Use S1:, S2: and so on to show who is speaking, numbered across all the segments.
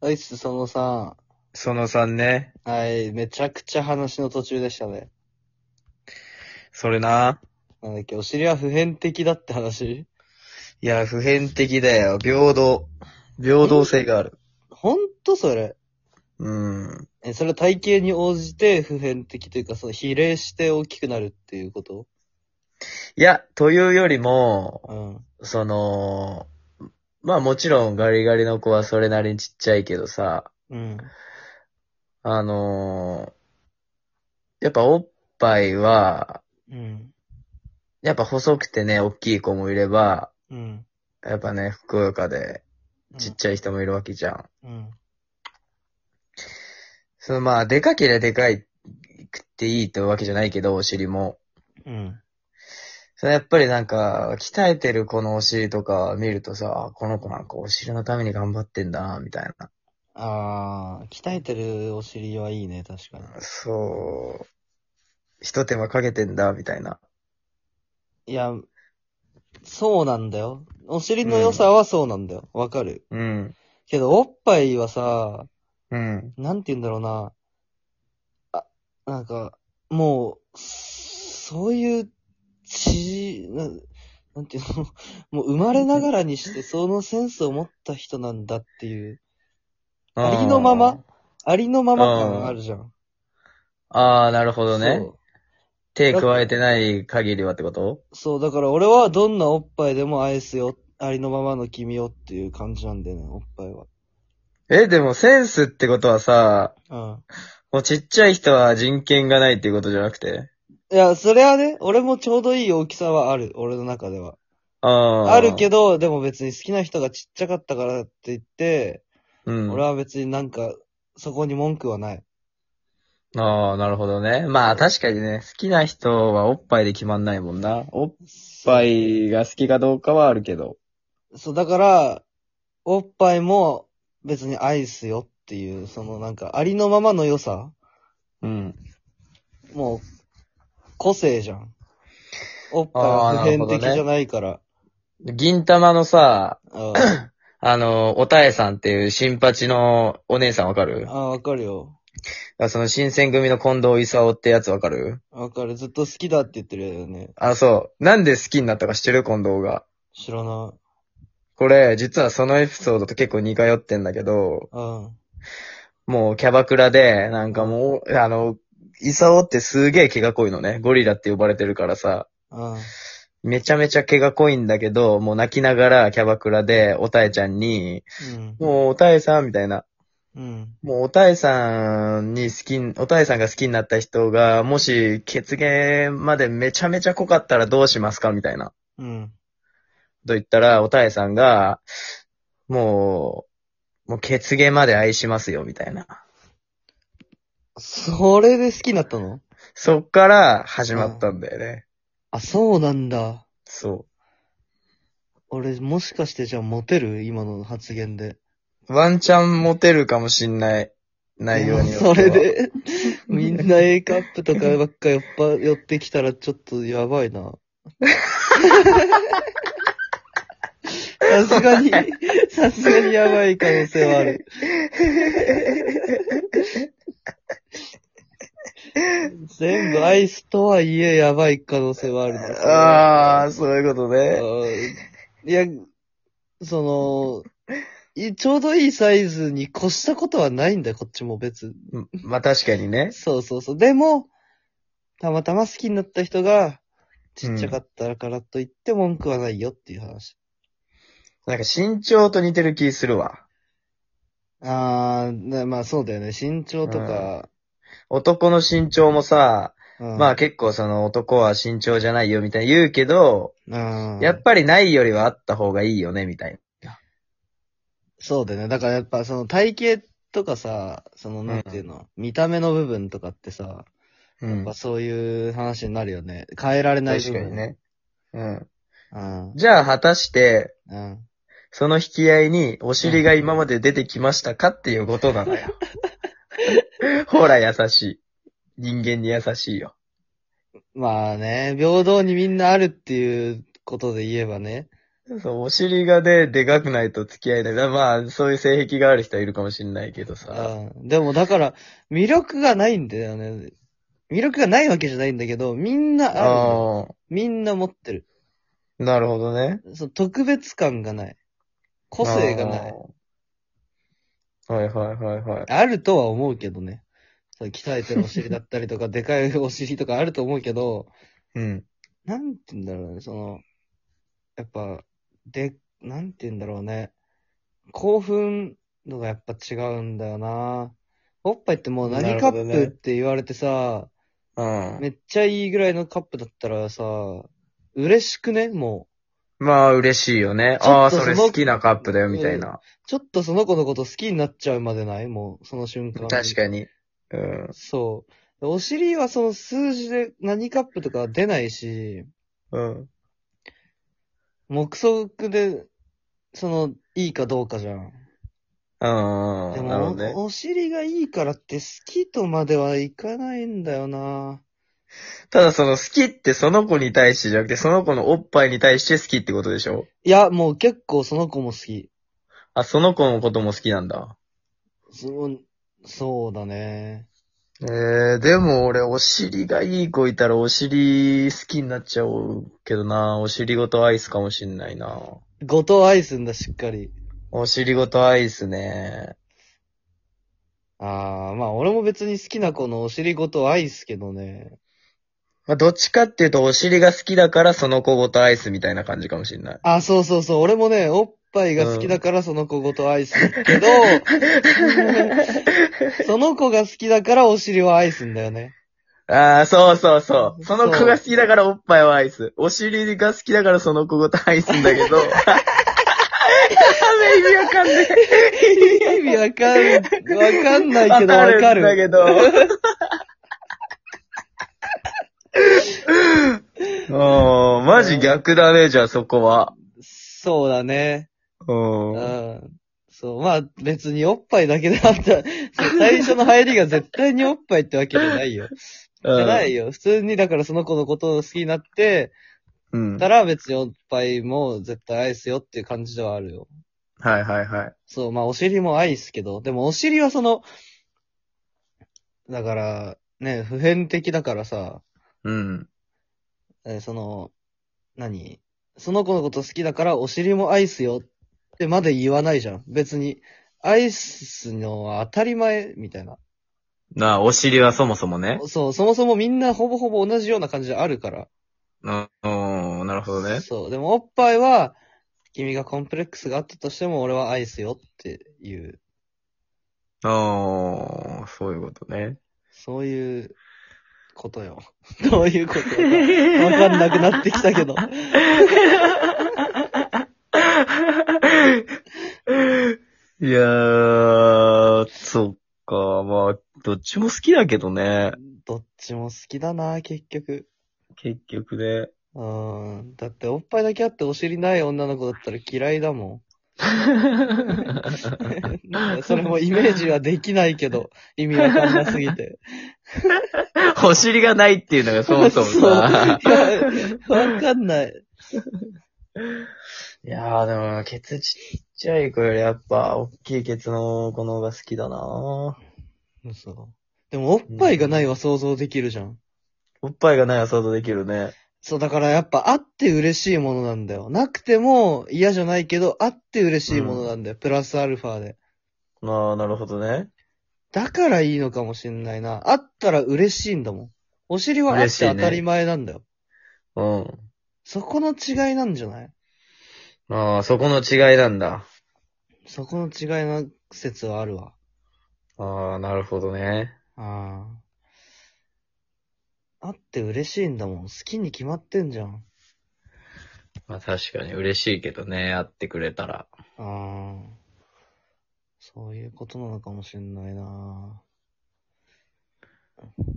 S1: アイス、そのさ
S2: その3ね。
S1: ん。はい、めちゃくちゃ話の途中でしたね。
S2: それな。
S1: なんだっけ、お尻は普遍的だって話
S2: いや、普遍的だよ。平等。平等性がある。
S1: ほんとそれ。
S2: うん。
S1: え、それは体型に応じて普遍的というか、その比例して大きくなるっていうこと
S2: いや、というよりも、
S1: うん。
S2: その、まあもちろんガリガリの子はそれなりにちっちゃいけどさ、
S1: うん。
S2: あのーやっぱおっぱいは、
S1: うん。
S2: やっぱ細くてね、大きい子もいれば、
S1: うん。
S2: やっぱね、ふくよかで、ちっちゃい人もいるわけじゃん。
S1: うん。
S2: そのまあ、でかければでかいくていいってわけじゃないけど、お尻も。
S1: うん。
S2: それやっぱりなんか、鍛えてる子のお尻とか見るとさ、あこの子なんかお尻のために頑張ってんだな、みたいな。
S1: あー、鍛えてるお尻はいいね、確かに。
S2: そう。一手間かけてんだ、みたいな。
S1: いや、そうなんだよ。お尻の良さはそうなんだよ。わ、かる。
S2: うん。
S1: けど、おっぱいはさ、
S2: うん。
S1: なんて言うんだろうな。あ、なんか、もう、そういう、ち、ななんていうの、 もう生まれながらにしてそのセンスを持った人なんだっていう、ありのままありのまま感があるじゃん。
S2: あーあー、なるほどね
S1: そ。う。
S2: 手加えてない限りはってこと
S1: そう、だから俺はどんなおっぱいでも愛すよ。ありのままの君をっていう感じなんだよね、おっぱいは。
S2: え、でもセンスってことはさ、
S1: うん。
S2: もうちっちゃい人は人権がないっていうことじゃなくて。
S1: いや、それはね、俺もちょうどいい大きさはある、俺の中では。
S2: ああ。
S1: あるけ
S2: ど、
S1: ど、でも別に好きな人がちっちゃかったからって言って、
S2: うん。
S1: 俺は別になんか、そこに文句はない。
S2: ああ、なるほどね。まあ確かにね、好きな人はおっぱいで決まんないもんな。おっぱいが好きかどうかはあるけど。
S1: そう、だから、おっぱいも別に愛すよっていう、そのなんか、ありのままの良さ
S2: うん。
S1: もう、個性じゃん。おっぱい
S2: あー
S1: は普
S2: なる
S1: 遍
S2: ほどね
S1: 的じゃないから。
S2: 銀玉のさ、
S1: あ
S2: あの、おたえさんっていう新八のお姉さんわか
S1: ー
S2: る
S1: あー、わかるよ。
S2: あその新選組の近藤勲ってやつわかる
S1: わかる。ずっと好きだって言ってるよね。
S2: あ、そう。なんで好きになったか知ってる近藤が。
S1: 知らない。
S2: これ、実はそのエピソードと結構似通ってんだけど、
S1: うん。
S2: もうキャバクラで、なんかもう、あの、勲ってすげえ毛が濃いのね。ゴリラって呼ばれてるからさ。
S1: うん。
S2: めちゃめちゃ毛が濃いんだけど、もう泣きながらキャバクラでおたえちゃんに、
S1: うん。
S2: もうおたえさんみたいな。
S1: うん。
S2: もうおたえさんに好きん、おたえさんが好きになった人が、もし血毛までめちゃめちゃ濃かったらどうしますかみたいな。
S1: うん。
S2: と言ったら、おたえさんが、もう、もう血毛まで愛しますよ、みたいな。
S1: それで好きになったの
S2: そっから始まったんだよね。
S1: あ、そうなんだ。
S2: そ
S1: 俺、もしかしてじゃあモテる今の発言で。
S2: う。ワンチャンモテるかもしんない内容によっ て
S1: そ
S2: は
S1: れ。で、みんな A カップとかばっか酔っぱ、寄ってきたらちょっとやばいな。さすがに、さすがにやばい可能性はあ る。全部アイスとはいえやばい可能性はあるな。
S2: ああ、そういうこと
S1: あ
S2: ね。
S1: ーいや、その、いちょうどいいサイズに越したことはないんだよ、こっちも別に。
S2: うんまあ確かにね。
S1: そうそうそう。でも、たまたま好きになった人が、ちっちゃかったからといって文句はないよっていう話。
S2: なんか身長と似てる気するわ。
S1: あー、なまあそうだよね。身長とか、
S2: 男の身長もさ、
S1: うん
S2: まあ結構その男は身長じゃないよみたいな言うけど、
S1: うん
S2: やっぱりないよりはあった方がいいよねみたい
S1: そうだよね。だからやっぱその体型とかさ、そのなんていうの、見た目の部分とかってさ、
S2: な。う
S1: やっ
S2: ん
S1: ぱ。そういう話になるよね。変えられない部
S2: 確
S1: 分
S2: かに。ね。うん。
S1: うん。
S2: じゃあ果たして、
S1: うん。
S2: その引き合いにお尻が今まで出てきましたかっていうこと なのよ。ほら優しい。人間に優しいよ。
S1: まあね、平等にみんなあるっていうことで言えばね。
S2: そう、お尻がね、でかくないと付き合えない。だまあ、そういう性癖がある人はいるかもしれないけどさ。
S1: うんでもだから、魅力がないんだよね。魅力がないわけじゃないんだけど、みんなあるの。
S2: ああ、
S1: みんな持ってる。
S2: なるほどね。
S1: その特別感がない。個性がない。
S2: あー。はいはいはいはい。
S1: あるとは思うけどね。そう鍛えてるお尻だったりと か、でかいお尻とかあると思うけど、
S2: うん。
S1: なんて言うんだろうね、その、やっぱ、で、なんて言うんだろうね。興奮のがやっぱ違うんだよな。おっぱいってもう
S2: な
S1: 何
S2: る
S1: カ
S2: ほど
S1: ッ
S2: ね
S1: プって言われてさ、
S2: うん。
S1: めっちゃいいぐらいのカップだったらさ、嬉しくねも
S2: まあ、嬉しいよね。
S1: ちょ
S2: あ
S1: っ
S2: あ、
S1: と
S2: それ
S1: その
S2: 好きなカップだよ、みたい
S1: う。
S2: な。
S1: ちょっとその子のこと好きになっちゃうまでないもう、その瞬間。
S2: 確かに。うん。
S1: そう。お尻はその数字で何カップとかは出ないし、
S2: うん。
S1: 目測で、その、いいかどうかじゃん。
S2: あ
S1: で
S2: あ、なるほどね。
S1: も、お尻がいいからって好きとまではいかないんだよな。
S2: ただその好きってその子に対してじゃなくて、その子のおっぱいに対して好きってことでしょ
S1: いや、もう結構その子も好き。
S2: あ、その子のことも好きなんだ。
S1: そう、そうだね。
S2: ええでも俺、お尻がいい子いたらお尻好きになっちゃうけどな。お尻ごとアイスかもしんないな。
S1: 後藤愛すんだ、しっかり。
S2: お尻ごとアイスね。
S1: ああ、まあ俺も別に好きな子のお尻ごと愛すけどね。
S2: まあ、どっちかっていうと、お尻が好きだからその子ごとアイスみたいな感じかもしんない。
S1: あ、そうそうそう。俺もね、おっぱいが好きだからその子ごと愛すけ ど、その子が好きだからお尻を愛すんだよね。
S2: ああ、そうそうそう。その子が好きだからおっぱいはアイス。お尻が好きだからその子ごとアイスんだけど。意味わかんない。
S1: 意味わかん、わかんないけどわかる。
S2: わかるん だけど。おー、マジ逆だね、じゃあそこは。
S1: そうだね。う
S2: うん。
S1: ん。そう、まあ別におっぱいだけであ った。そう最初の入りが絶対におっぱいってわけじゃない よ。じゃないよ。普通にだからその子のことを好きになって、
S2: うん。
S1: た
S2: はい
S1: ら別におっぱいも絶対愛すよっていう感じではあるよ。
S2: はいはい。
S1: そう、まあお尻も愛すけど、でもお尻はその、だから、ね、普遍的だからさ、
S2: うん。
S1: えーその、何その子のこと好きだからお尻も愛すよってまで言わないじゃん。別に、愛すのは当たり前みたいな。
S2: なあ、お尻はそもそもね。
S1: そう、そもそもみんなほぼほぼ同じような感じであるから。
S2: うん、うんなるほどね。
S1: そう、でもおっぱいは、君がコンプレックスがあったとしても俺は愛すよっていう、
S2: ああ、そういうことね。
S1: そういうことよ。 どういうことかわかんなくなってきたけ ど。
S2: いやー、そっか、まあ、どっちも好きだけどね。
S1: どっちも好きだな、結局。
S2: 結局 ね。
S1: うん。だって、おっぱいだけあってお尻ない女の子だったら嫌いだも ん。なんかそれもイメージはできないけど、意味わかんなすぎて。
S2: お尻がないっていうのがそ もそも
S1: そう
S2: さ。
S1: いやわかんない。
S2: いやー、でも、ケツちっちゃい子よりやっぱ、大きいケツの子の方が好きだな
S1: そう。でも、おっぱいがないは想像できるじゃん。
S2: おっぱいがないは想像できるね。
S1: そう、だからやっぱあって嬉しいものなんだよ。なくても嫌じゃないけど、あって嬉しいものなんだよ。プラスアルファで。
S2: まあ、なるほどね。
S1: だからいいのかもしんないな。あったら嬉しいんだもん。お尻はあって当たり前なんだよ。
S2: うん。
S1: そこの違いなんじゃない
S2: ああ、そこの違いなんだ。
S1: そこの違いの説はあるわ。
S2: ああ、なるほどね。
S1: ああ。あって嬉しいんだもん。好きに決まってんじゃん。
S2: まあ確かに嬉しいけどね、会ってくれたら。
S1: ああ。そういうことなのかもしんないな。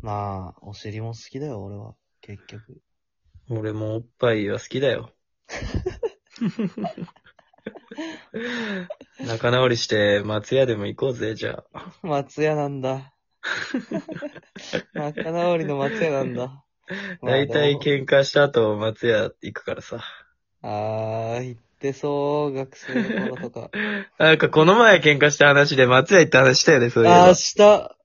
S1: まあ、お尻も好きだよ、俺は。結局。
S2: 俺もおっぱいは好きだよ。 仲直りして松屋でも行こうぜ、じゃあ。
S1: 松屋なんだ。 仲直りの松屋なんだ。まあ
S2: 大体喧嘩した後松屋行くからさ。
S1: ああ、行っってそう、学生の頃とか。
S2: なんかこの前喧嘩した話で松屋行った話したよね、そういえ
S1: ああ、
S2: ば。
S1: した。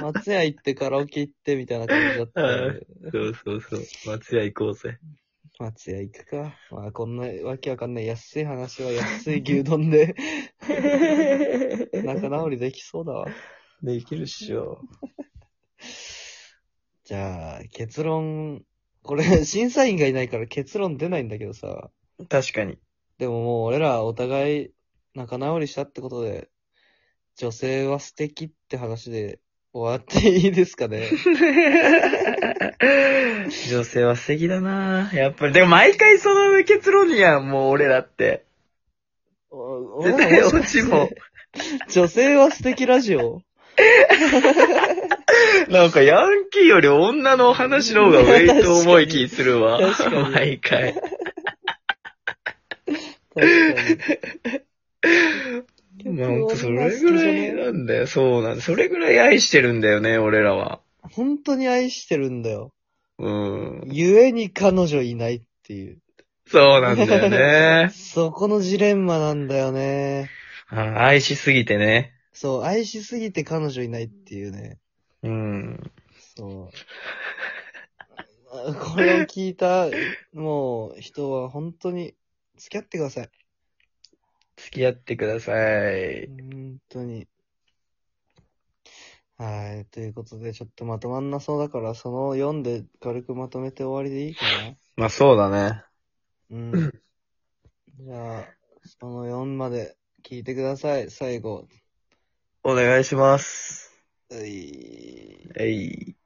S1: 松屋行ってカラオケ行ってみたいな感じだったよね。
S2: そうそうそう。松屋行こう ぜ。
S1: 松屋行くか。まあ、こんなわけわかんない安い話は安い牛丼で仲直りできそうだわ。
S2: できるっしょ。
S1: じゃあ、結論、これ、審査員がいないから結論出ないんだけどさ。
S2: 確かに。
S1: でももう俺らお互い仲直りしたってことで、女性は素敵って話で終わっていいですかね。
S2: 女性は素敵だなやっぱり。でも毎回その結論やん、もう俺らって。
S1: お
S2: 絶対落ちも。。
S1: 女性は素敵ラジオ
S2: なんかヤンキーより女の話の方がウェイト重い気する わ。
S1: 確かに
S2: 毎回。
S1: 確かに。
S2: まあほんとそれぐらいなんだよ。そうなんだ。それぐらい愛してるんだよね、俺らは。
S1: 本当に愛してるんだよ。
S2: うん。
S1: ゆえに彼女いないっていう。
S2: そうなんだよ ね。
S1: そこのジレンマなんだよね。
S2: うん愛しすぎてね。
S1: そう、愛しすぎて彼女いないっていうね。
S2: うん。
S1: そう。 あこれを聞いた、もう、人は本当に、付き合ってください。
S2: 付き合ってください。
S1: 本当に。はい。ということで、ちょっとまとまんなそうだから、その読んで軽くまとめて終わりでいいかな。
S2: まあそうだね。
S1: うん。じゃあ、その4まで聞いてください。最後。
S2: お願いします。
S1: うい
S2: えい。